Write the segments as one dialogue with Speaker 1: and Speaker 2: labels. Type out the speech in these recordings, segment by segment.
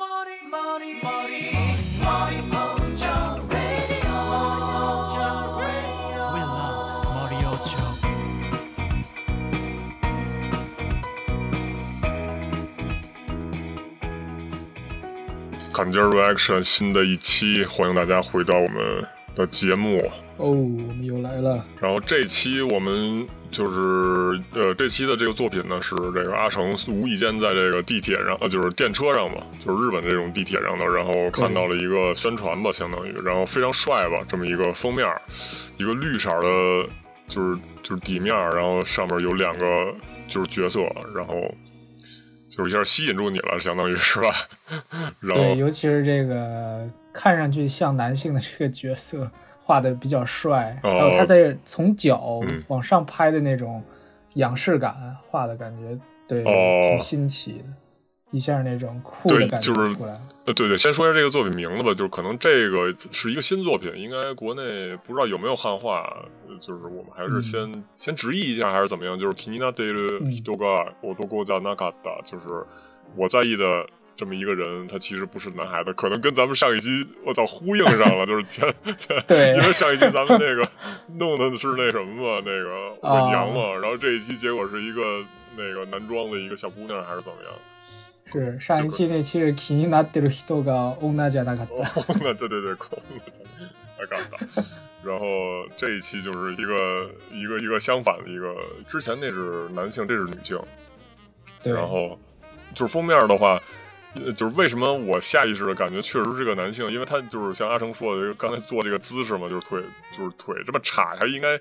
Speaker 1: 머리 머리 머리 머리 먼저 radio 먼저 radio
Speaker 2: We love Mario Show.
Speaker 3: 砍尖儿 reaction 新的一期，欢迎大家回到我们的节目。
Speaker 4: 哦，我们又来了，
Speaker 3: 然后这期我们就是呃，这期的这个作品呢是这个阿成无意间在这个地铁上，呃，就是电车上嘛，就是日本这种地铁上的，然后看到了一个宣传吧，相当于，然后非常帅吧，这么一个封面儿，一个绿色儿的，就是就是底面儿，然后上面有两个就是角色，然后就是一下吸引住你了，相当于是吧？然后
Speaker 4: 对，尤其是这个看上去像男性的这个角色画的比较帅，
Speaker 3: 哦
Speaker 4: 还有他在从脚
Speaker 3: 嗯
Speaker 4: 往上拍的那种仰视感画的感觉，对，
Speaker 3: 哦
Speaker 4: 挺新奇的，一下那种酷的
Speaker 3: 对
Speaker 4: 感觉
Speaker 3: 就是
Speaker 4: 出来了。
Speaker 3: 呃，对对，先说一下这个作品名字吧，就是可能这个是一个新作品，应该国内不知道有没有汉化，呃就是我们还是
Speaker 4: 嗯
Speaker 3: 先、先直译一下还是怎么样，就是 “kinina d e r
Speaker 4: 嗯
Speaker 3: hidoga odogo za nakata”，就是我在意的这么一个人，他其实不是男孩子，可能跟咱们上一集我操呼应上了，就是前前
Speaker 4: 对
Speaker 3: 因为上一集咱们那个弄的是那什么嘛，那个
Speaker 4: 啊
Speaker 3: 伪娘嘛，然后这一期结果是一个那个男装的一个小姑娘还是怎么样。
Speaker 4: 是上一期那期是 “kini na d e r hito ga ona ja na
Speaker 3: 空
Speaker 4: kata”，
Speaker 3: 的，对对对，空的，太尴尬。然后这一期就是一个一个一个相反的一个，之前那是男性，这是女性。
Speaker 4: 对，
Speaker 3: 然后就是封面的话，呃就是为什么我下意识的感觉确实是个男性，因为他就是像阿成说的，刚才做这个姿势嘛，就是腿就是腿这么岔开，应该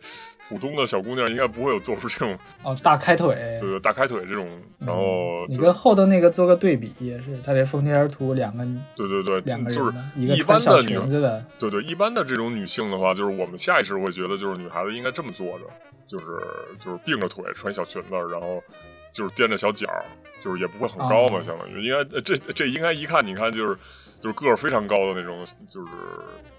Speaker 3: 普通的小姑娘应该不会有做出这种
Speaker 4: 哦，大开腿，
Speaker 3: 对对大开腿这种，
Speaker 4: 嗯
Speaker 3: 然后
Speaker 4: 你
Speaker 3: 就
Speaker 4: 跟后头那个做个对比，也是他这封贴图两个
Speaker 3: 对对对，
Speaker 4: 两个
Speaker 3: 就
Speaker 4: 人
Speaker 3: 是
Speaker 4: 的，一个
Speaker 3: 一
Speaker 4: 穿
Speaker 3: 般
Speaker 4: 小
Speaker 3: 的女
Speaker 4: 裙子的，
Speaker 3: 对对，一般的这种女性的话，就是我们下意识会觉得，就是女孩子应该这么坐着，就是就是并着腿穿小裙子，然后就是踮着小脚，就是也不会很高嘛，
Speaker 4: 哦
Speaker 3: 相当于应该呃这这应该一看，你看就是就是个儿非常高的那种，就是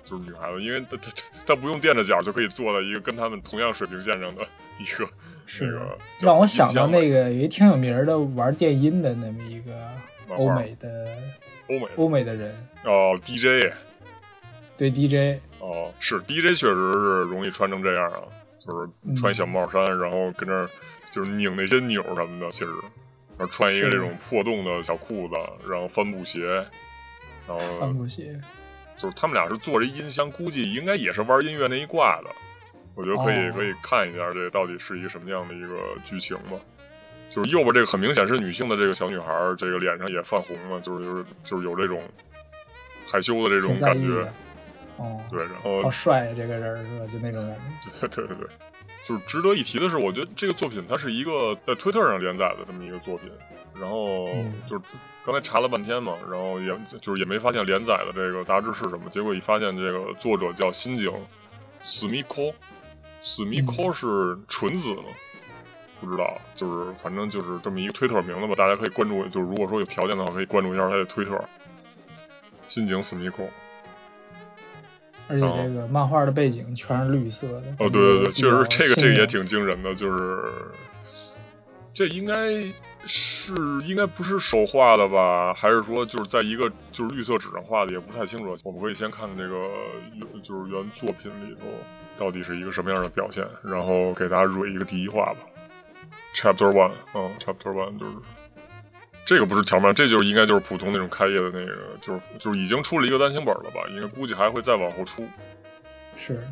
Speaker 3: 就是女孩子，因为她她她她不用踮着脚就可以坐在一个跟她们同样水平线上的一个 那
Speaker 4: 是
Speaker 3: 个叫
Speaker 4: 嗯让我想到
Speaker 3: 音
Speaker 4: 那个有一挺有名儿的玩电音的那么一个
Speaker 3: 漫画
Speaker 4: 欧美的
Speaker 3: 欧美
Speaker 4: 欧美的人，
Speaker 3: 哦 DJ
Speaker 4: 对 DJ，
Speaker 3: 哦，是 DJ 确实是容易穿成这样啊，
Speaker 4: 嗯
Speaker 3: 就是穿小帽衫，然后跟这儿就是拧那些钮什么的，其实，然后穿一个
Speaker 4: 是
Speaker 3: 这种破洞的小裤子，然后帆布鞋，然后
Speaker 4: 帆布鞋，
Speaker 3: 就是他们俩是做这音箱，估计应该也是玩音乐那一挂的。我觉得可以、
Speaker 4: 哦
Speaker 3: 可以看一下这到底是一个什么样的一个剧情吧。就是右边这个很明显是女性的这个小女孩儿，这个脸上也泛红了，就是就是就是有这种害羞的这种
Speaker 4: 挺在
Speaker 3: 感
Speaker 4: 意
Speaker 3: 觉
Speaker 4: 的。。哦，
Speaker 3: 对，然后
Speaker 4: 好帅啊，这个人儿是吧？就那种感觉。
Speaker 3: 对对对，对，就是值得一提的是，我觉得这个作品它是一个在推特上连载的这么一个作品，然后
Speaker 4: 嗯
Speaker 3: 就是刚才查了半天嘛，然后也就是也没发现连载的这个杂志是什么，结果一发现这个作者叫新井死密抠，死密抠是纯子吗？不知道，就是反正就是这么一个推特名字吧，大家可以关注，就是如果说有条件的话，可以关注一下他的推特。新井死密抠，
Speaker 4: 而且这个漫画的背景全是绿色的。
Speaker 3: 嗯哦，对对对，
Speaker 4: 比
Speaker 3: 确
Speaker 4: 较
Speaker 3: 实这个这个也
Speaker 4: 新
Speaker 3: 挺
Speaker 4: 颖
Speaker 3: 惊人的，就是这应该是应该不是手画的吧？还是说就是在一个就是绿色纸上画的，也不太清楚。我们可以先看看这个原就是原作品里头到底是一个什么样的表现，然后给大家蕊一个第一话吧。Chapter One，嗯，Chapter One 就是。这个不是条漫，这就是应该就是普通那种开业的那个，就是就是已经出了一个单行本了吧？应该估计还会再往后出。
Speaker 4: 是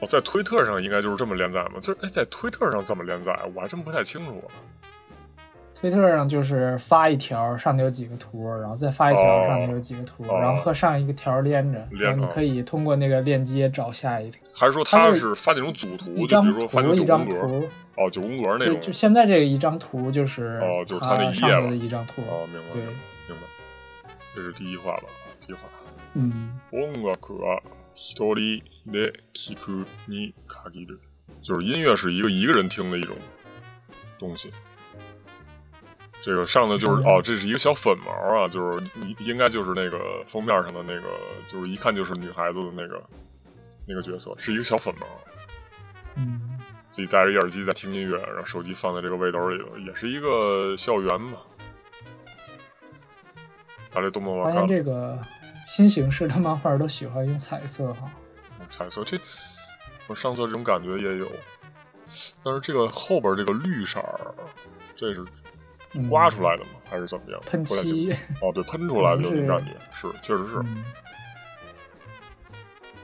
Speaker 3: 哦，在推特上应该就是这么连载吗？这哎，在推特上怎么连载？我还真不太清楚啊。
Speaker 4: 推特上就是发一条，上面有几个图，然后再发一条，
Speaker 3: 哦
Speaker 4: 上面有几个图，
Speaker 3: 哦
Speaker 4: 然后和上一个条连着，
Speaker 3: 连
Speaker 4: 然后
Speaker 3: 哦
Speaker 4: 你可以通过那个链接找下一条。
Speaker 3: 还是说
Speaker 4: 它
Speaker 3: 他
Speaker 4: 就是
Speaker 3: 是发那种组图，
Speaker 4: 一
Speaker 3: 就
Speaker 4: 张
Speaker 3: 比如说发那
Speaker 4: 图
Speaker 3: 种九
Speaker 4: 一张
Speaker 3: 宫格，
Speaker 4: 图，
Speaker 3: 哦，九宫格那
Speaker 4: 对，
Speaker 3: 种。
Speaker 4: 就现在这个一张图就是
Speaker 3: 哦就是它
Speaker 4: 它
Speaker 3: 那一页
Speaker 4: 上面
Speaker 3: 吧
Speaker 4: 的一张图，
Speaker 3: 哦，明白，
Speaker 4: 对
Speaker 3: 明白，明白。这是第一话吧？第一话。
Speaker 4: 嗯，
Speaker 3: 音楽は一人で聞くに限る，就是音乐是一个一个人听的一种东西。这个上的就是哦，这是一个小粉毛啊，就是应应该就是那个封面上的那个，就是一看就是女孩子的那个那个角色，是一个小粉毛，
Speaker 4: 嗯，
Speaker 3: 自己戴着一耳机在听音乐，然后手机放在这个背兜里头，也是一个校园嘛。打这动漫
Speaker 4: 发
Speaker 3: 瓦
Speaker 4: 现
Speaker 3: 干
Speaker 4: 这个新形式的漫画都喜欢用彩色哈。
Speaker 3: 彩色，这我上色这种感觉也有，但是这个后边这个绿色儿，这是
Speaker 4: 嗯
Speaker 3: 刮出来的吗？还是怎么样？
Speaker 4: 喷
Speaker 3: 不太清
Speaker 4: 漆，
Speaker 3: 楚哦，对，喷出来的有
Speaker 4: 可
Speaker 3: 点
Speaker 4: 能是
Speaker 3: 感觉，是，确实是。
Speaker 4: 嗯，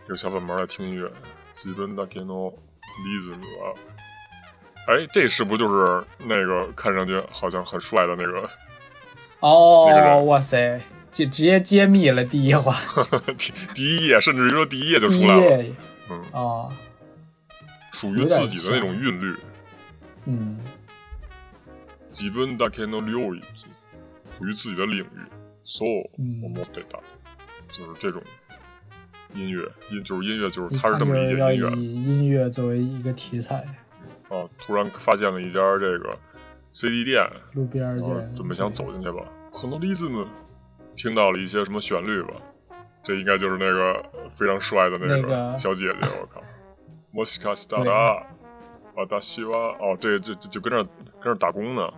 Speaker 3: 这个小本本儿来听音乐，基本的给诺李子罗。哎，这是不是就是那个看上去好像很帅的那个？ 那个
Speaker 4: 哦，
Speaker 3: 人
Speaker 4: 哇塞，就直接揭秘了第一话，
Speaker 3: 第第一页，甚至于说第一页就
Speaker 4: 第一
Speaker 3: 出来了，
Speaker 4: 页，
Speaker 3: 嗯
Speaker 4: 哦，
Speaker 3: 属于自己的那种韵律。
Speaker 4: 嗯，
Speaker 3: 基本だけの領域，属于自己的领域。そう
Speaker 4: 嗯
Speaker 3: 思ってた，就是这种音乐，音就是音乐，就是
Speaker 4: 一
Speaker 3: 他是
Speaker 4: 看
Speaker 3: 这么理解
Speaker 4: 嗯就是要
Speaker 3: 音乐的。
Speaker 4: 以音乐作为一个题材，
Speaker 3: 啊，突然发现了一家这个 CD 店，
Speaker 4: 路边儿
Speaker 3: 然后
Speaker 4: 见，
Speaker 3: 哦准备想走进去吧。
Speaker 4: 嗯
Speaker 3: 可能丽子呢，听到了一些什么旋律吧，这应该就是那个呃非常帅的那
Speaker 4: 那
Speaker 3: 个
Speaker 4: 个
Speaker 3: 小姐姐，我 靠！莫西卡西达达，啊达西哇，哦，这这这就跟那儿跟那儿打工呢，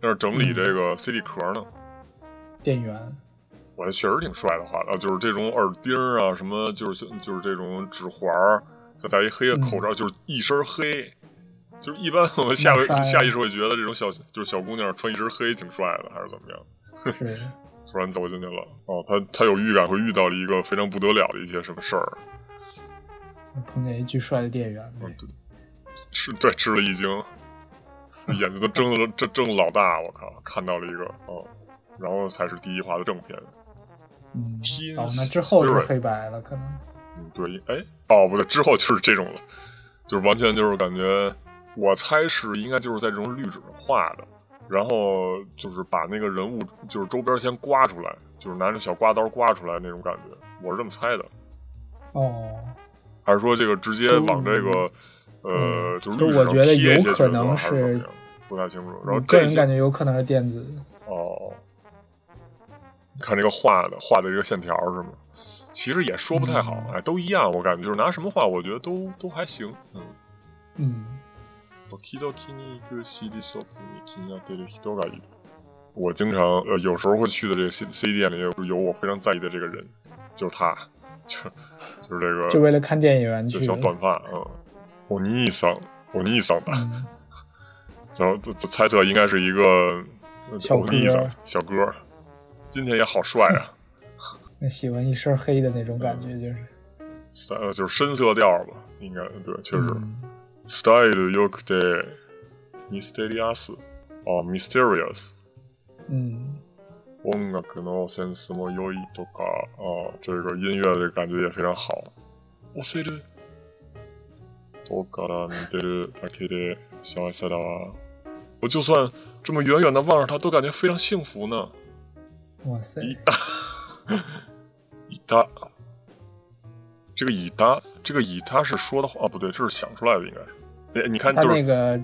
Speaker 3: 跟那儿整
Speaker 4: 嗯
Speaker 3: 理这个 CD 壳呢。
Speaker 4: 店员，
Speaker 3: 我这确实挺帅的话，啊，就是这种耳钉儿啊，什么就是就是这种指环儿，再戴一黑的口罩，就是一身黑，就是一般我们下回
Speaker 4: 嗯那帅啊
Speaker 3: 下意识会觉得这种小就是小姑娘穿一身黑挺帅的，还是怎么样？
Speaker 4: 是，
Speaker 3: 突然走进去了，哦，她她有预感会遇到了一个非常不得了的一些什么事儿，
Speaker 4: 碰见一巨帅的店员，
Speaker 3: 嗯，对，吃对吃了一惊，眼睛都睁得这睁得老大，我靠，看到了一个哦，然后才是第一话的正片，
Speaker 4: 嗯
Speaker 3: Teen，
Speaker 4: 哦，那之后是
Speaker 3: Spirit
Speaker 4: 黑白了，可能，
Speaker 3: 嗯，对，哎，哦，不对，之后就是这种了，就是完全就是感觉，我猜是应该就是在这种绿纸上画的，然后就是把那个人物就是周边先刮出来，就是拿着小刮刀刮出来那种感觉，我是这么猜的，
Speaker 4: 哦，
Speaker 3: 还是说这个直接往这个，呃，就是绿
Speaker 4: 嗯就
Speaker 3: 纸
Speaker 4: 我
Speaker 3: 上
Speaker 4: 觉得
Speaker 3: 贴一
Speaker 4: 有
Speaker 3: 些角
Speaker 4: 可
Speaker 3: 色还
Speaker 4: 能
Speaker 3: 是怎么
Speaker 4: 是嗯
Speaker 3: 样？不太清楚。然后
Speaker 4: 个
Speaker 3: 这
Speaker 4: 人感
Speaker 3: 些
Speaker 4: 觉有可能是电子，
Speaker 3: 哦，你看这个画的画的这个线条是吗？其实也说不太
Speaker 4: 嗯
Speaker 3: 好，哎，都一样，我感觉就是拿什么画，我觉得都都还行，嗯。
Speaker 4: 嗯，
Speaker 3: 時々に行く CD ショップに気になっている人がいる。我经常呃有时候会去的这个 C C D 店里有有我非常在意的这个人，就是他，就 就是这个
Speaker 4: 就为了看电影
Speaker 3: 这
Speaker 4: 去，
Speaker 3: 小短发嗯，我尼桑，我尼桑吧，
Speaker 4: 嗯
Speaker 3: 然后这这猜测应该是一个呃
Speaker 4: 小
Speaker 3: 我尼桑
Speaker 4: 哥
Speaker 3: 小哥，今天也好帅啊，
Speaker 4: 那喜欢一身黑的那种感觉，就是，
Speaker 3: 三呃就是深色调吧，应该对，确实。
Speaker 4: 嗯
Speaker 3: Style よくて mysterious，哦 mysterious。
Speaker 4: 嗯，
Speaker 3: 音楽のセンスも良いとか、啊，这个音乐的感觉也非常好。押せる。遠から見てるだけで幸せだわ。我就算这么远远的望着他，都感觉非常幸福呢。
Speaker 4: 哇塞，
Speaker 3: いた，いた。这个以他，这个以他是说的话，啊，不对，这是想出来的，应该是。哎，你看，
Speaker 4: 他
Speaker 3: 就是、
Speaker 4: 那个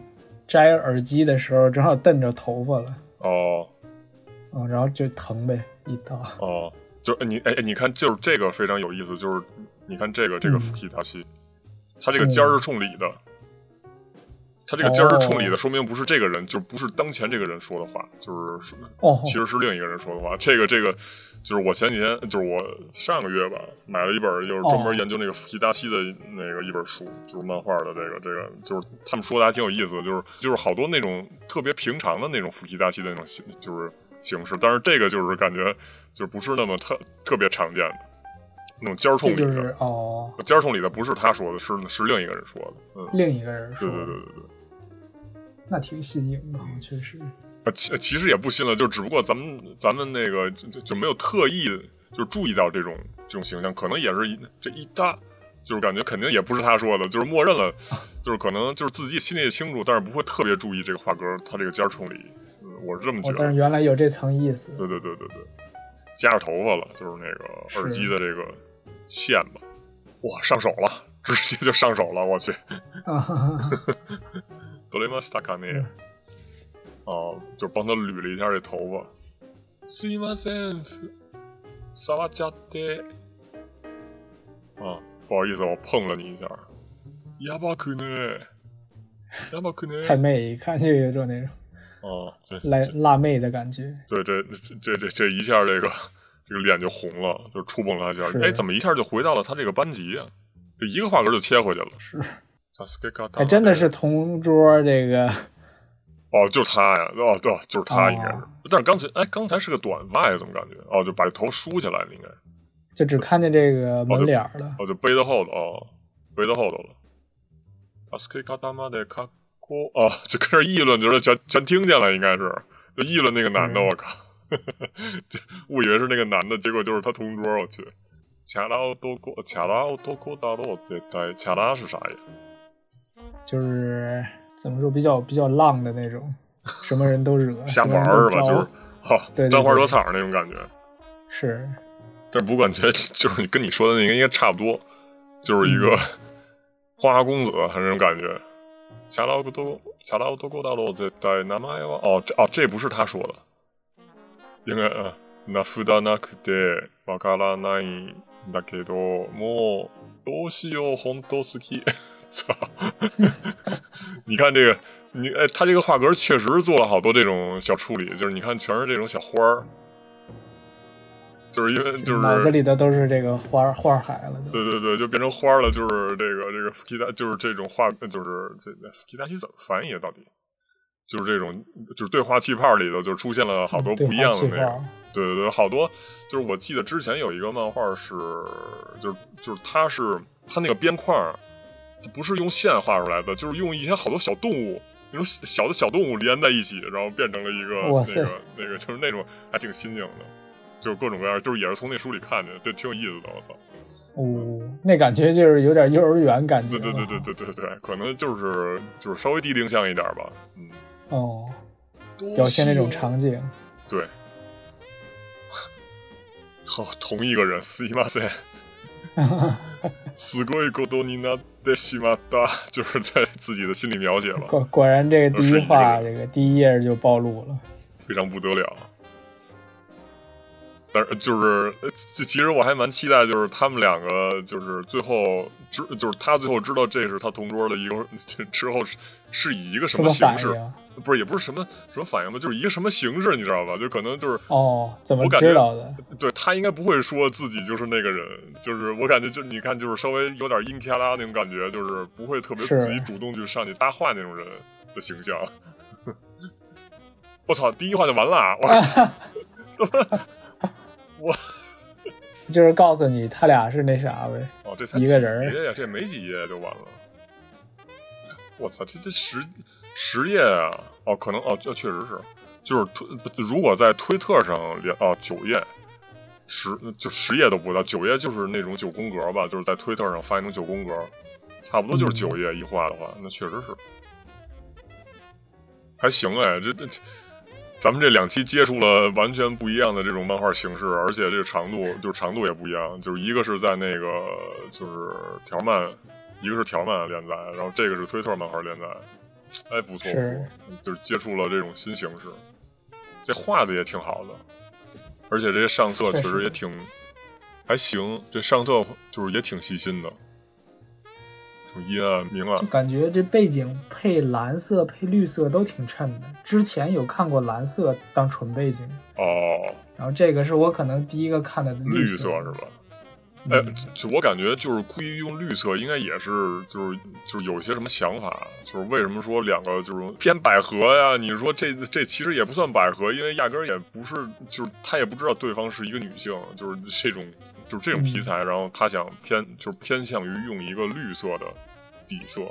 Speaker 4: 摘耳机的时候正好瞪着头发了，
Speaker 3: 哦
Speaker 4: 嗯，然后就疼呗，一刀，
Speaker 3: 哦， 就是你哎，哎你看，就是这个非常有意思，就是你看这个这个
Speaker 4: 嗯
Speaker 3: 福气达西，他这个尖儿是冲里的，他这个尖儿是冲里的，
Speaker 4: 哦
Speaker 3: 说明不是这个人，就不是当前这个人说的话，就是说
Speaker 4: 哦，
Speaker 3: 其实是另一个人说的话。这个这个，就是我前几天，就是我上个月吧，买了一本就是专
Speaker 4: 哦
Speaker 3: 门研究那个福气达西的那个一本书，就是漫画的这个这个，就是他们说的还挺有意思的，就是就是好多那种特别平常的那种福气达西的那种形，就是形式，但是这个就是感觉就不是那么特特别常见的那种尖儿冲
Speaker 4: 这
Speaker 3: 里的。
Speaker 4: 就是哦，
Speaker 3: 尖儿冲里的不是他说的，是是另一个人说的。嗯，
Speaker 4: 另一个人说
Speaker 3: 对
Speaker 4: 的，
Speaker 3: 对对对对。
Speaker 4: 那挺新颖的，确实，
Speaker 3: 啊，其其实也不新了，就只不过咱们咱们那个就就就没有特意就注意到这种这种形象，可能也是一这一搭，就是感觉肯定也不是他说的，就是默认了，
Speaker 4: 啊
Speaker 3: 就是可能就是自己心里也清楚，但是不会特别注意这个画格他这个尖儿冲里，嗯，我是这么觉
Speaker 4: 哦，
Speaker 3: 得
Speaker 4: 但。是原来有这层意思，
Speaker 3: 对对对对对，夹着头发了，就是那个耳机的这个线吧，哇，上手了， 直接就上手了，我去。
Speaker 4: 啊 哈哈哈。
Speaker 3: 德雷马斯塔卡内，
Speaker 4: 嗯
Speaker 3: 哦、就帮他捋了一下这头发。すいません、触っちゃって。啊，不好意思，我碰了你一下。やばくね、やばく
Speaker 4: 太
Speaker 3: ね。
Speaker 4: 妹，一看就有一种那种
Speaker 3: 啊，对
Speaker 4: 辣辣妹的感觉。
Speaker 3: 对，这这这这这一下，这个这个脸就红了，就触碰了他一
Speaker 4: 是
Speaker 3: 下。哎，怎么一下就回到了他这个班级啊？这一个画格就切回去了。
Speaker 4: 是，
Speaker 3: 他斯盖卡达
Speaker 4: 还哎真的是同桌这个
Speaker 3: 哦，就是他呀，哦对，就是他应该是
Speaker 4: 哦。
Speaker 3: 但是刚才哎，刚才是个短发呀，怎么感觉？哦，就把头梳起来了，应该。
Speaker 4: 就只看见这个门脸儿了。
Speaker 3: 哦，就背到后头哦，背到后头了。阿斯克卡达玛的卡库哦，就跟这议论，就是全全听见了，应该是就议论那个男的，
Speaker 4: 嗯
Speaker 3: 我靠， 就误以为是那个男的，结果就是他同桌，我去。卡拉奥多库，卡拉奥多库大陆这代，卡拉是啥呀？
Speaker 4: 就是怎么说比较比较浪的那种，什么人都惹，
Speaker 3: 瞎
Speaker 4: 什么
Speaker 3: 玩
Speaker 4: 人
Speaker 3: 儿
Speaker 4: 都
Speaker 3: 是吧？
Speaker 4: 招
Speaker 3: 就是，
Speaker 4: 对
Speaker 3: 哦，
Speaker 4: 对
Speaker 3: 沾花
Speaker 4: 对
Speaker 3: 惹草那种感觉。
Speaker 4: 是
Speaker 3: 但不感觉 就是跟你说的那个应该差不多，就是一
Speaker 4: 嗯
Speaker 3: 个花花公子还是那种感觉。卡拉奥多卡拉奥多大陆在在南麦哇哦这哦这不是他说的，应该啊。那普段なくてわからないんだけど、もうどうしよう本当好き。 操！你看这个，你哎，他这个画格确实做了好多这种小处理，就是你看全是这种小花儿，就是因为就是
Speaker 4: 脑子里的都是这个花儿花儿海了都。
Speaker 3: 对对对，就变成花儿了，就是这个这个福吉达，就是这种画，就是这福吉达西怎么翻译啊？到底就是这种，就是对话气泡里头就出现了好多
Speaker 4: 对
Speaker 3: 不一样
Speaker 4: 花
Speaker 3: 的
Speaker 4: 气
Speaker 3: 那
Speaker 4: 泡
Speaker 3: 个
Speaker 4: 儿，，
Speaker 3: 对对对，好多就是我记得之前有一个漫画是，就是就是它是它那个边框儿不是用线画出来的，就是用一些好多小动物那种小的小动物连在一起，然后变成了一个
Speaker 4: 哇
Speaker 3: 那
Speaker 4: 塞
Speaker 3: 个那个就是那种还挺新颖的，就是各种各样，就是也是从那书里看见的，这挺有意思的，我操。
Speaker 4: 呜、哦那感觉就是有点幼儿园感觉
Speaker 3: 对
Speaker 4: 了。
Speaker 3: 对对对对对对，可能就是就是稍微低龄向一点吧，嗯，
Speaker 4: 哦，表现那种场景，
Speaker 3: 对，同同一个人，すいま せん，すごいことになってしまった，就是在自己的心理描写吧，
Speaker 4: 果果然这个第
Speaker 3: 是
Speaker 4: 一
Speaker 3: 一个
Speaker 4: 话，
Speaker 3: 人
Speaker 4: 这个第一页就暴露了。
Speaker 3: 非常不得了。但是就是，呃其其实我还蛮期待，就是他们两个，就是最后知，就是他最后知道这是他同桌的一个 之后是是以一个什
Speaker 4: 什
Speaker 3: 么
Speaker 4: 么
Speaker 3: 形
Speaker 4: 反
Speaker 3: 式，
Speaker 4: 应？啊
Speaker 3: 不是也不是什么什么反应吧，就是一个什么形式，你知道吧？就可能就是
Speaker 4: 哦，怎么
Speaker 3: 我感觉
Speaker 4: 知道的？
Speaker 3: 对他应该不会说自己就是那个人，就是我感觉就你看就是稍微有点阴天啦那种感觉，就是不会特别
Speaker 4: 是
Speaker 3: 自己主动去上去搭话那种人的形象。 我操，第一话就完了，啊 我
Speaker 4: 就是告诉你他俩是那啥呗。
Speaker 3: 哦这才
Speaker 4: 一个人
Speaker 3: 几页呀，这没几页就完了。我操，这这十十页啊！哦，可能哦，这确实是，就是推如果在推特上连哦九页，十就十页都不到，九页就是那种九宫格吧，就是在推特上发一种九宫格，差不多
Speaker 4: 嗯
Speaker 3: 就是九页一画的话，那确实是，还行哎，这这。咱们这两期接触了完全不一样的这种漫画形式，而且这个长度就是长度也不一样，就是一个是在那个就是条漫，一个是条漫连载，然后这个是推特漫画连载，哎，不错，不
Speaker 4: 是
Speaker 3: 错，就是接触了这种新形式，这画的也挺好的，而且这些上色确
Speaker 4: 确实
Speaker 3: 实也挺还行，这上色就是也挺细心的，就阴暗明暗
Speaker 4: 就，感觉这背景配蓝色配绿色都挺衬的。之前有看过蓝色当纯背景，
Speaker 3: 哦，
Speaker 4: 然后这个是我可能第一个看的
Speaker 3: 绿色
Speaker 4: 色。
Speaker 3: 是吧？哎
Speaker 4: 嗯，
Speaker 3: 就我感觉就是故意用绿色，应该也是就是就是有一些什么想法，就是为什么说两个就是偏百合呀？你说这这其实也不算百合，因为压根儿也不是，就是他也不知道对方是一个女性，就是这种就是这种
Speaker 4: 嗯
Speaker 3: 题材，然后他想偏就是偏向于用一个绿色的底色，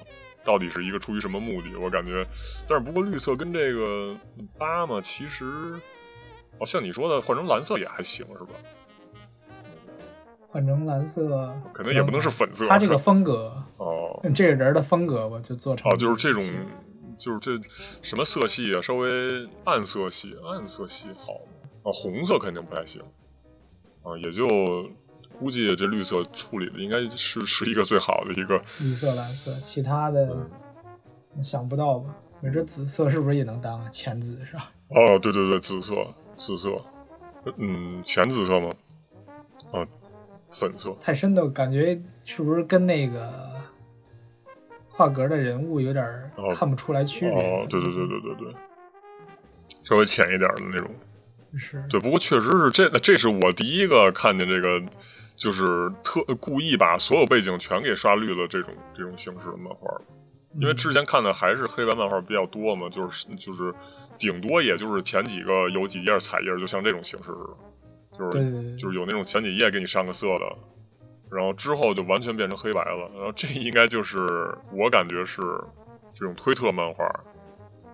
Speaker 3: 到底是一个出于什么目的？我感觉，但是不过绿色跟这个八嘛，其实哦像你说的换成蓝色也还行是吧？
Speaker 4: 换成蓝色，
Speaker 3: 可能也不能是粉色，
Speaker 4: 他嗯这个风格，
Speaker 3: 哦。
Speaker 4: 嗯这个人的风格，我就做成
Speaker 3: 哦，就是这种
Speaker 4: 嗯行，
Speaker 3: 就是这什么色系啊，稍微暗色系，暗色系好吗啊，红色肯定不太行啊，也就估计这绿色处理的应该是是一个最好的一个，
Speaker 4: 绿色、蓝色，其他的嗯想不到吧？你说紫色是不是也能当啊？浅紫是吧？
Speaker 3: 哦，对对对，紫色，紫色，嗯，浅紫色吗？啊，粉色，
Speaker 4: 太深的感觉是不是跟那个画格的人物有点儿
Speaker 3: 哦
Speaker 4: 看不出来区别？
Speaker 3: 哦，对对对对对对，稍微浅一点的那种。
Speaker 4: 是
Speaker 3: 对，不过确实是这，这是我第一个看见这个，就是特故意把所有背景全给刷绿了这种这种形式的漫画。因为
Speaker 4: 嗯
Speaker 3: 之前看的还是黑白漫画比较多嘛，就是就是顶多也就是前几个有几页彩页，就像这种形式似的，就是
Speaker 4: 对对对对
Speaker 3: 就是有那种前几页给你上个色的，然后之后就完全变成黑白了。然后这应该就是我感觉是这种推特漫画，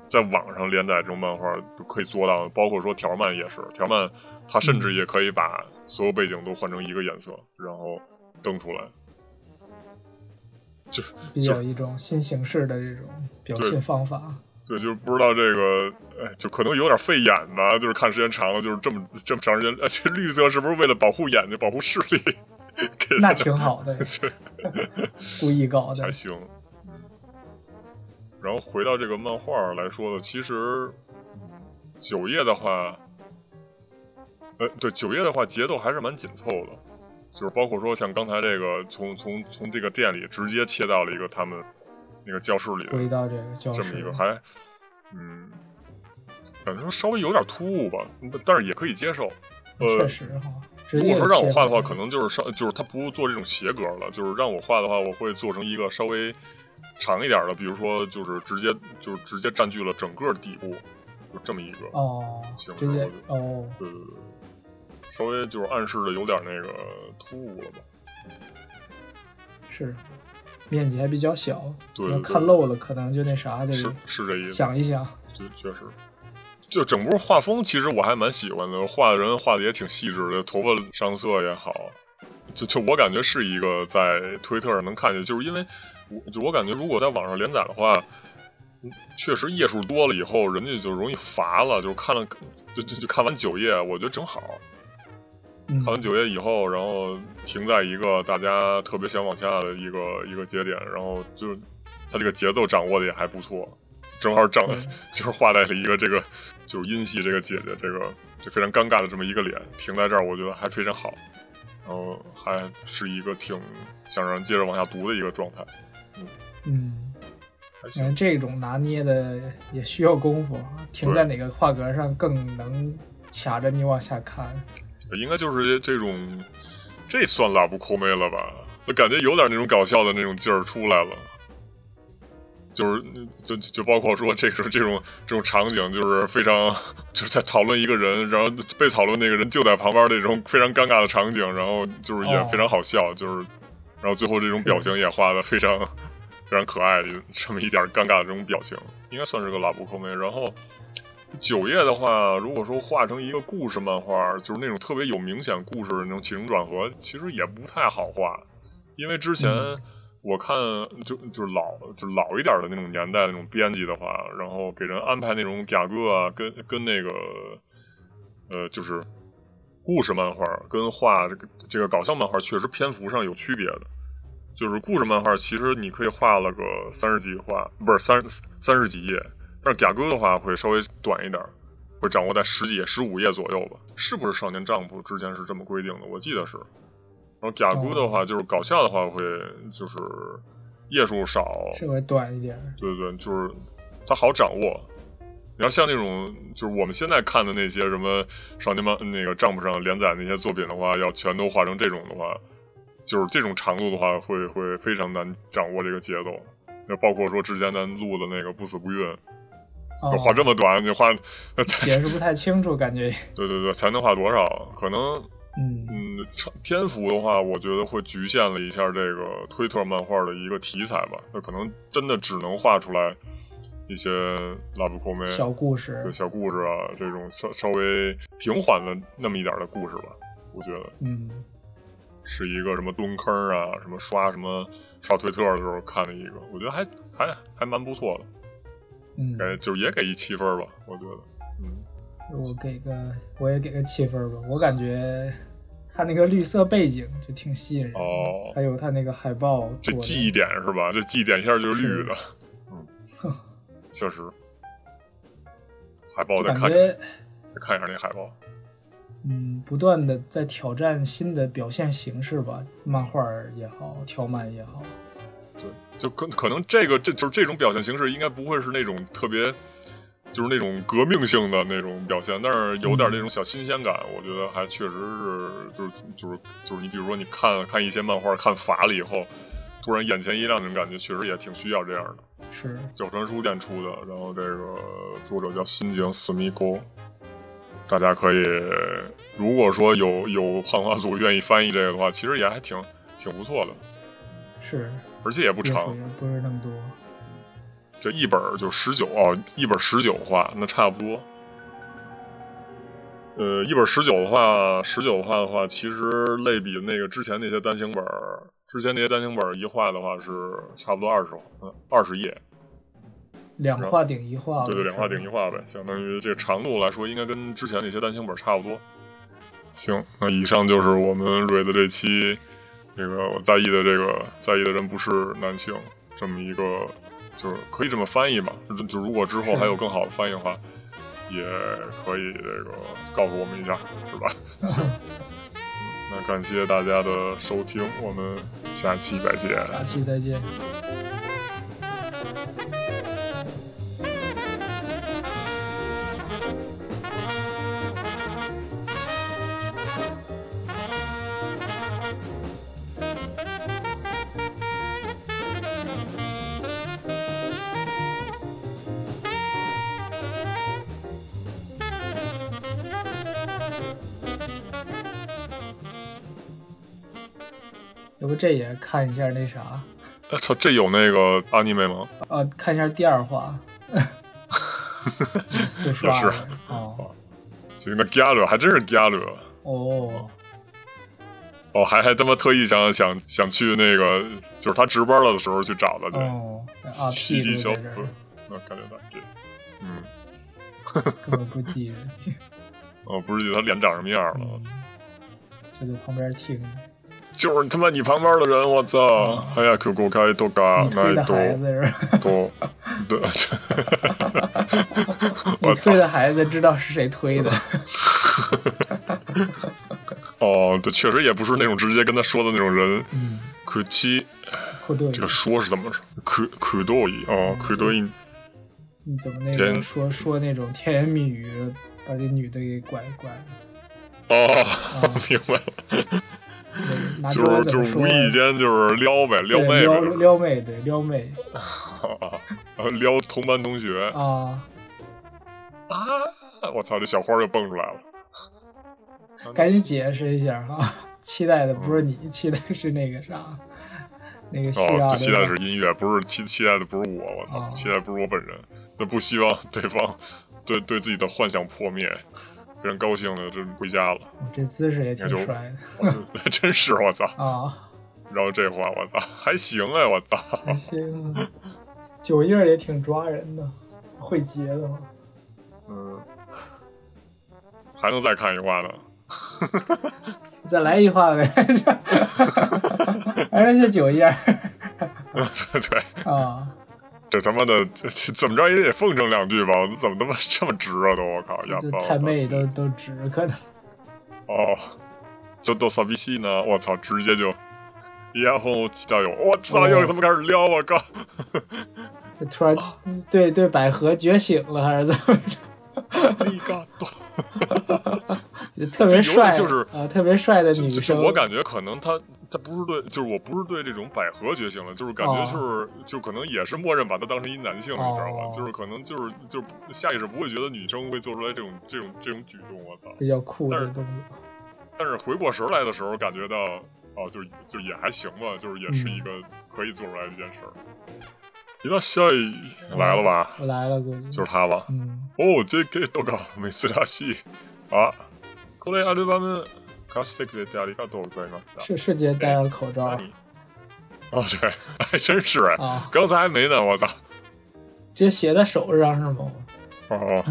Speaker 3: 在网上连载这种漫画就可以做到的，包括说条漫也是，条漫它甚
Speaker 4: 嗯
Speaker 3: 至也可以把所有背景都换成一个颜色，然后登出来。就是
Speaker 4: 比
Speaker 3: 就
Speaker 4: 较一种新形式的这种表
Speaker 3: 对
Speaker 4: 现方法。啊
Speaker 3: 对，就是不知道这个，哎，就可能有点费眼吧，就是看时间长了，就是这么这么长时间，而且绿色是不是为了保护眼睛、保护视力？ 给
Speaker 4: 那 挺好的，故意搞的
Speaker 3: 还。行。嗯然后回到这个漫画儿来说呢，其实嗯九叶的话，呃，对九叶的话节奏还是蛮紧凑的，就是包括说像刚才这个从从从这个店里直接切到了一个他们那个教室里的
Speaker 4: 回到这个教
Speaker 3: 这
Speaker 4: 室，
Speaker 3: 么一个还，嗯，感觉说稍微有点突兀吧，但是也可以接受。 呃
Speaker 4: 确，实哈，直
Speaker 3: 如
Speaker 4: 接
Speaker 3: 果说让我画的话，
Speaker 4: 切
Speaker 3: 可能就是稍就是他不做这种斜格了，就是让我画的话，我会做成一个稍微长一点的，比如说就是直接就是直接占据了整个底部，就这么一个。
Speaker 4: 哦
Speaker 3: 行，
Speaker 4: 直接
Speaker 3: 那
Speaker 4: 哦，
Speaker 3: 对对对，稍微就是暗示的有点那个突兀了吧。
Speaker 4: 是面积还比较小，
Speaker 3: 对
Speaker 4: 要
Speaker 3: 对对
Speaker 4: 看漏了可能就那啥得
Speaker 3: 是是这意思。
Speaker 4: 想一想。
Speaker 3: 确确实，就整部画风其实我还蛮喜欢的，画的人画的也挺细致的，头发上色也好，就就我感觉是一个在推特上能看见，就是因为我就我感觉如果在网上连载的话，嗯确实页数多了以后，人家就容易乏了，就是看了就就就看完九页，我觉得正好。
Speaker 4: 嗯
Speaker 3: 看完九月以后，然后停在一个大家特别想往下的一个一个节点，然后就是他这个节奏掌握的也还不错，正好掌、
Speaker 4: 嗯
Speaker 3: 就是画在了一个这个就是音系这个姐姐这个就非常尴尬的这么一个脸停在这儿，我觉得还非常好，然后还是一个挺想让人接着往下读的一个状态，
Speaker 4: 嗯，
Speaker 3: 还
Speaker 4: 反
Speaker 3: 行。
Speaker 4: 正这种拿捏的也需要功夫，停在哪个画格上更能卡着你往下看。
Speaker 3: 应该就是这种，这算拉布扣妹了吧？我感觉有点那种搞笑的那种劲儿出来了，就是嗯就就包括说这种这种这种场景，就是非常就是在讨论一个人，然后被讨论那个人就在旁边那种非常尴尬的场景，然后就是也
Speaker 4: 哦
Speaker 3: 非常好笑，就是然后最后这种表情也画的非常 非常可爱的这么一点尴尬的这种表情，应该算是个拉布扣妹。然后九叶的话，如果说画成一个故事漫画，就是那种特别有明显故事的那种起承转合，其实也不太好画，因为之前
Speaker 4: 嗯
Speaker 3: 我看就就是老就是老一点的那种年代那种编辑的话，然后给人安排那种雅各啊，跟跟那个呃就是故事漫画跟画这个这个搞笑漫画确实篇幅上有区别的。就是故事漫画，其实你可以画了个三十几画，不是三三十几页，但是雅歌的话会稍微短一点儿，会掌握在十几页、十五页左右吧？是不是少年丈夫之前是这么规定的？我记得是。然后雅歌的话，就是搞笑的话会就是页数少，
Speaker 4: 这回短一点，
Speaker 3: 对对，对，就是它好掌握。你要像那种就是我们现在看的那些什么少年漫嗯那个账目上连载那些作品的话，要全都画成这种的话，就是这种长度的话，会会非常难掌握这个节奏。那包括说之前咱录的那个《不死不孕》，
Speaker 4: 哦，
Speaker 3: 画这么短，你画，
Speaker 4: 解释不太清楚，感觉
Speaker 3: 对对对，才能画多少？可能
Speaker 4: 嗯
Speaker 3: 嗯，长篇幅的话，我觉得会局限了一下这个推特漫画的一个题材吧。那可能真的只能画出来一些拉布库梅
Speaker 4: 小故事
Speaker 3: 对，小故事啊，这种稍稍微平缓的那么一点的故事吧。我觉得
Speaker 4: 嗯
Speaker 3: 是一个什么蹲坑啊，什么刷什么刷推特的时候看的一个，我觉得还还还蛮不错的，
Speaker 4: 嗯，
Speaker 3: 给就是也给一七分吧，我觉得，嗯，
Speaker 4: 我给个，我也给个七分吧。我感觉它那个绿色背景就挺吸引人的，
Speaker 3: 哦
Speaker 4: 还有它那个海报
Speaker 3: 这
Speaker 4: 做的
Speaker 3: 记忆点是吧？这记忆点一下就是绿的， 嗯，确实。海报再
Speaker 4: 感
Speaker 3: 看
Speaker 4: 觉
Speaker 3: 再看一下那海报，
Speaker 4: 嗯，不断的在挑战新的表现形式吧，漫画儿也好，条漫也好，
Speaker 3: 对，就可可能这个这就是这种表现形式，应该不会是那种特别，就是那种革命性的那种表现，但是有点那种小新鲜感，我觉得还确实是，就是就是就是你比如说你看看一些漫画看乏了以后，突然眼前一亮那种感觉，确实也挺需要这样的。
Speaker 4: 是
Speaker 3: 角川书店出的，然后这个作者叫新井死弥沟，大家可以如果说有有汉化组愿意翻译这个的话，其实也还挺挺不错的，
Speaker 4: 是，
Speaker 3: 而且也不
Speaker 4: 接
Speaker 3: 长
Speaker 4: 触，也不是那么多。
Speaker 3: 这一本儿就十九哦，一本十九话，那差不多。呃，一本十九的话，十九话的话，其实类比那个之前那些单行本儿，之前那些单行本儿一画的话是差不多二十，嗯，二十页，
Speaker 4: 两话顶一话，
Speaker 3: 对对，两话顶 一
Speaker 4: 一。
Speaker 3: 话呗，相当于这个长度来说，应该跟之前那些单行本差不多。行，那以上就是我们蕊的这期，这个我在意的这个在意的人不是男性，这么一个，就是可以这么翻译吧。就就如果之后
Speaker 4: 是
Speaker 3: 还有更好的翻译的话，也可以这个告诉我们一下，是吧？嗯行，那感谢大家的收听，我们下期再见。
Speaker 4: 下期再 见。要不这也看一下那啥，
Speaker 3: 哎操，这有那个 anime 吗？
Speaker 4: 呃，看一下第 二话，四刷
Speaker 3: 也
Speaker 4: 了
Speaker 3: 是啊
Speaker 4: 哦
Speaker 3: 行，那 g a l 还真是 g a l
Speaker 4: 哦，
Speaker 3: 哦，还还他妈特意想想想去那个，就是他值班了的时候去找的去，
Speaker 4: 哦啊
Speaker 3: 袭
Speaker 4: 屁
Speaker 3: 击
Speaker 4: 股
Speaker 3: 小组
Speaker 4: 在这儿，
Speaker 3: 那感觉到这，嗯，
Speaker 4: 根本不记着，
Speaker 3: 哦，不是记得他脸长什么样了，
Speaker 4: 嗯
Speaker 3: 我操
Speaker 4: 就在旁边听。
Speaker 3: 就是他妈你旁边的人，我操！哎呀，可够开多嘎
Speaker 4: 哦你推
Speaker 3: 那
Speaker 4: 的孩
Speaker 3: 多
Speaker 4: 子是吧？
Speaker 3: 多， 对，
Speaker 4: 你
Speaker 3: 我操
Speaker 4: 推！的孩子知道是谁推 的，
Speaker 3: 哦，对，确实也不是那种直接跟他说的那种人。
Speaker 4: 嗯，
Speaker 3: 可七，
Speaker 4: 库队
Speaker 3: 这，个说是怎么说？可可多伊哦，可多
Speaker 4: 嗯
Speaker 3: 伊
Speaker 4: 你怎么那
Speaker 3: 天
Speaker 4: 个说说那种甜言蜜语，把这女的给拐拐了？
Speaker 3: 哦，
Speaker 4: 嗯
Speaker 3: 明白了。
Speaker 4: 那拿中
Speaker 3: 就是就
Speaker 4: 文怎
Speaker 3: 是无
Speaker 4: 么说啊？
Speaker 3: 意间就是撩呗，撩妹
Speaker 4: 对撩
Speaker 3: 呗，
Speaker 4: 撩妹，对撩妹
Speaker 3: 就是撩同班同学
Speaker 4: 啊！
Speaker 3: 啊！我操，这小花又蹦出来了，
Speaker 4: 赶紧解释一下哈， 期待的不是你，期待是那个啥，那个希
Speaker 3: 哦，
Speaker 4: 腊
Speaker 3: 不
Speaker 4: 的
Speaker 3: 期待是音乐，不是期期待的不是我，我操，
Speaker 4: 哦
Speaker 3: 期待不是我本人，那不希望对方对对自己的幻想破灭，非常高兴的就回家了，
Speaker 4: 这姿势也挺帅的
Speaker 3: 我 就真是我操！
Speaker 4: 啊，
Speaker 3: 然后这话我操还行哎，我操，
Speaker 4: 还行啊。酒印儿也挺抓人的，会结的嘛。
Speaker 3: 嗯，还能再看一话呢，
Speaker 4: 再来一话呗， 还是那酒印儿
Speaker 3: 对。
Speaker 4: 啊，
Speaker 3: 这他妈的，这这怎么着也得奉承两句吧？我怎么他妈这么直啊都？我靠，哑
Speaker 4: 就
Speaker 3: 巴！
Speaker 4: 太妹
Speaker 3: 我
Speaker 4: 都都值可能。
Speaker 3: 操哦，就都傻逼戏呢！我操，直接就，然后气到有，我操，
Speaker 4: 哦
Speaker 3: 又他妈开始撩！我靠，
Speaker 4: 就突然
Speaker 3: 啊
Speaker 4: 嗯对对百合觉醒了还是怎么着？
Speaker 3: 你个多！
Speaker 4: 就
Speaker 3: 这
Speaker 4: 特别
Speaker 3: 有点
Speaker 4: 帅，
Speaker 3: 就是
Speaker 4: 啊，特别帅的
Speaker 3: 就
Speaker 4: 女
Speaker 3: 就就
Speaker 4: 生，
Speaker 3: 我感觉可能他他不是对，就是我不是对这种百合觉醒了，就是感觉
Speaker 4: 哦
Speaker 3: 就是、就可能也是默认把他当成一男性，你知道吧
Speaker 4: 哦？
Speaker 3: 就是可能就是就是下意识不会觉得女生会做出来这种这种这种举动，我操！
Speaker 4: 比较酷的动
Speaker 3: 但是回过神儿来的时候，感觉到哦，就是就也还行吧，就是也是一个可以做出来的一件事儿。一到下一来了吧，
Speaker 4: 作。来了，估计
Speaker 3: 就是他吧。
Speaker 4: 嗯，
Speaker 3: 哦，J.K. 都搞没次らしい。啊，これアルバム貸してくれてありがとうございました。
Speaker 4: 瞬瞬间戴上口罩
Speaker 3: 那你哦，对，还真是哎，
Speaker 4: 啊，
Speaker 3: 刚才还没呢，我操。
Speaker 4: 直接写在手上是吗？
Speaker 3: 哦哦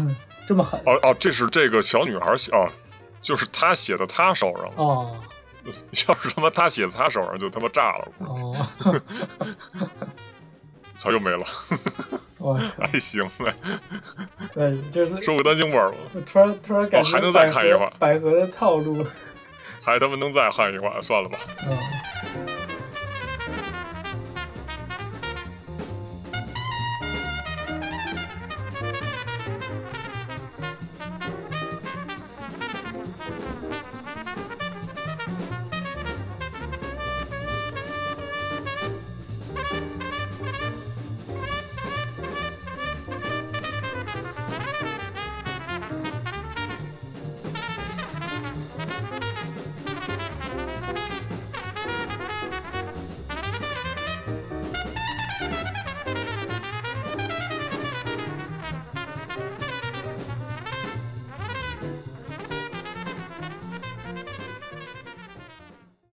Speaker 4: 这么狠
Speaker 3: 哦哦，这是这个小女孩写哦，就是她写的她手上，
Speaker 4: 哦
Speaker 3: 要是他妈她写的她手上，就他妈炸了，
Speaker 4: 哦，
Speaker 3: 操，又没了。
Speaker 4: 我
Speaker 3: 还行呗，
Speaker 4: 靠，对，就是
Speaker 3: 说个单行本吧，
Speaker 4: 我突然突然感觉
Speaker 3: 哦还能再看一会儿
Speaker 4: 百合百合的套路，
Speaker 3: 还他妈能再焊一画，算了吧。
Speaker 4: 嗯，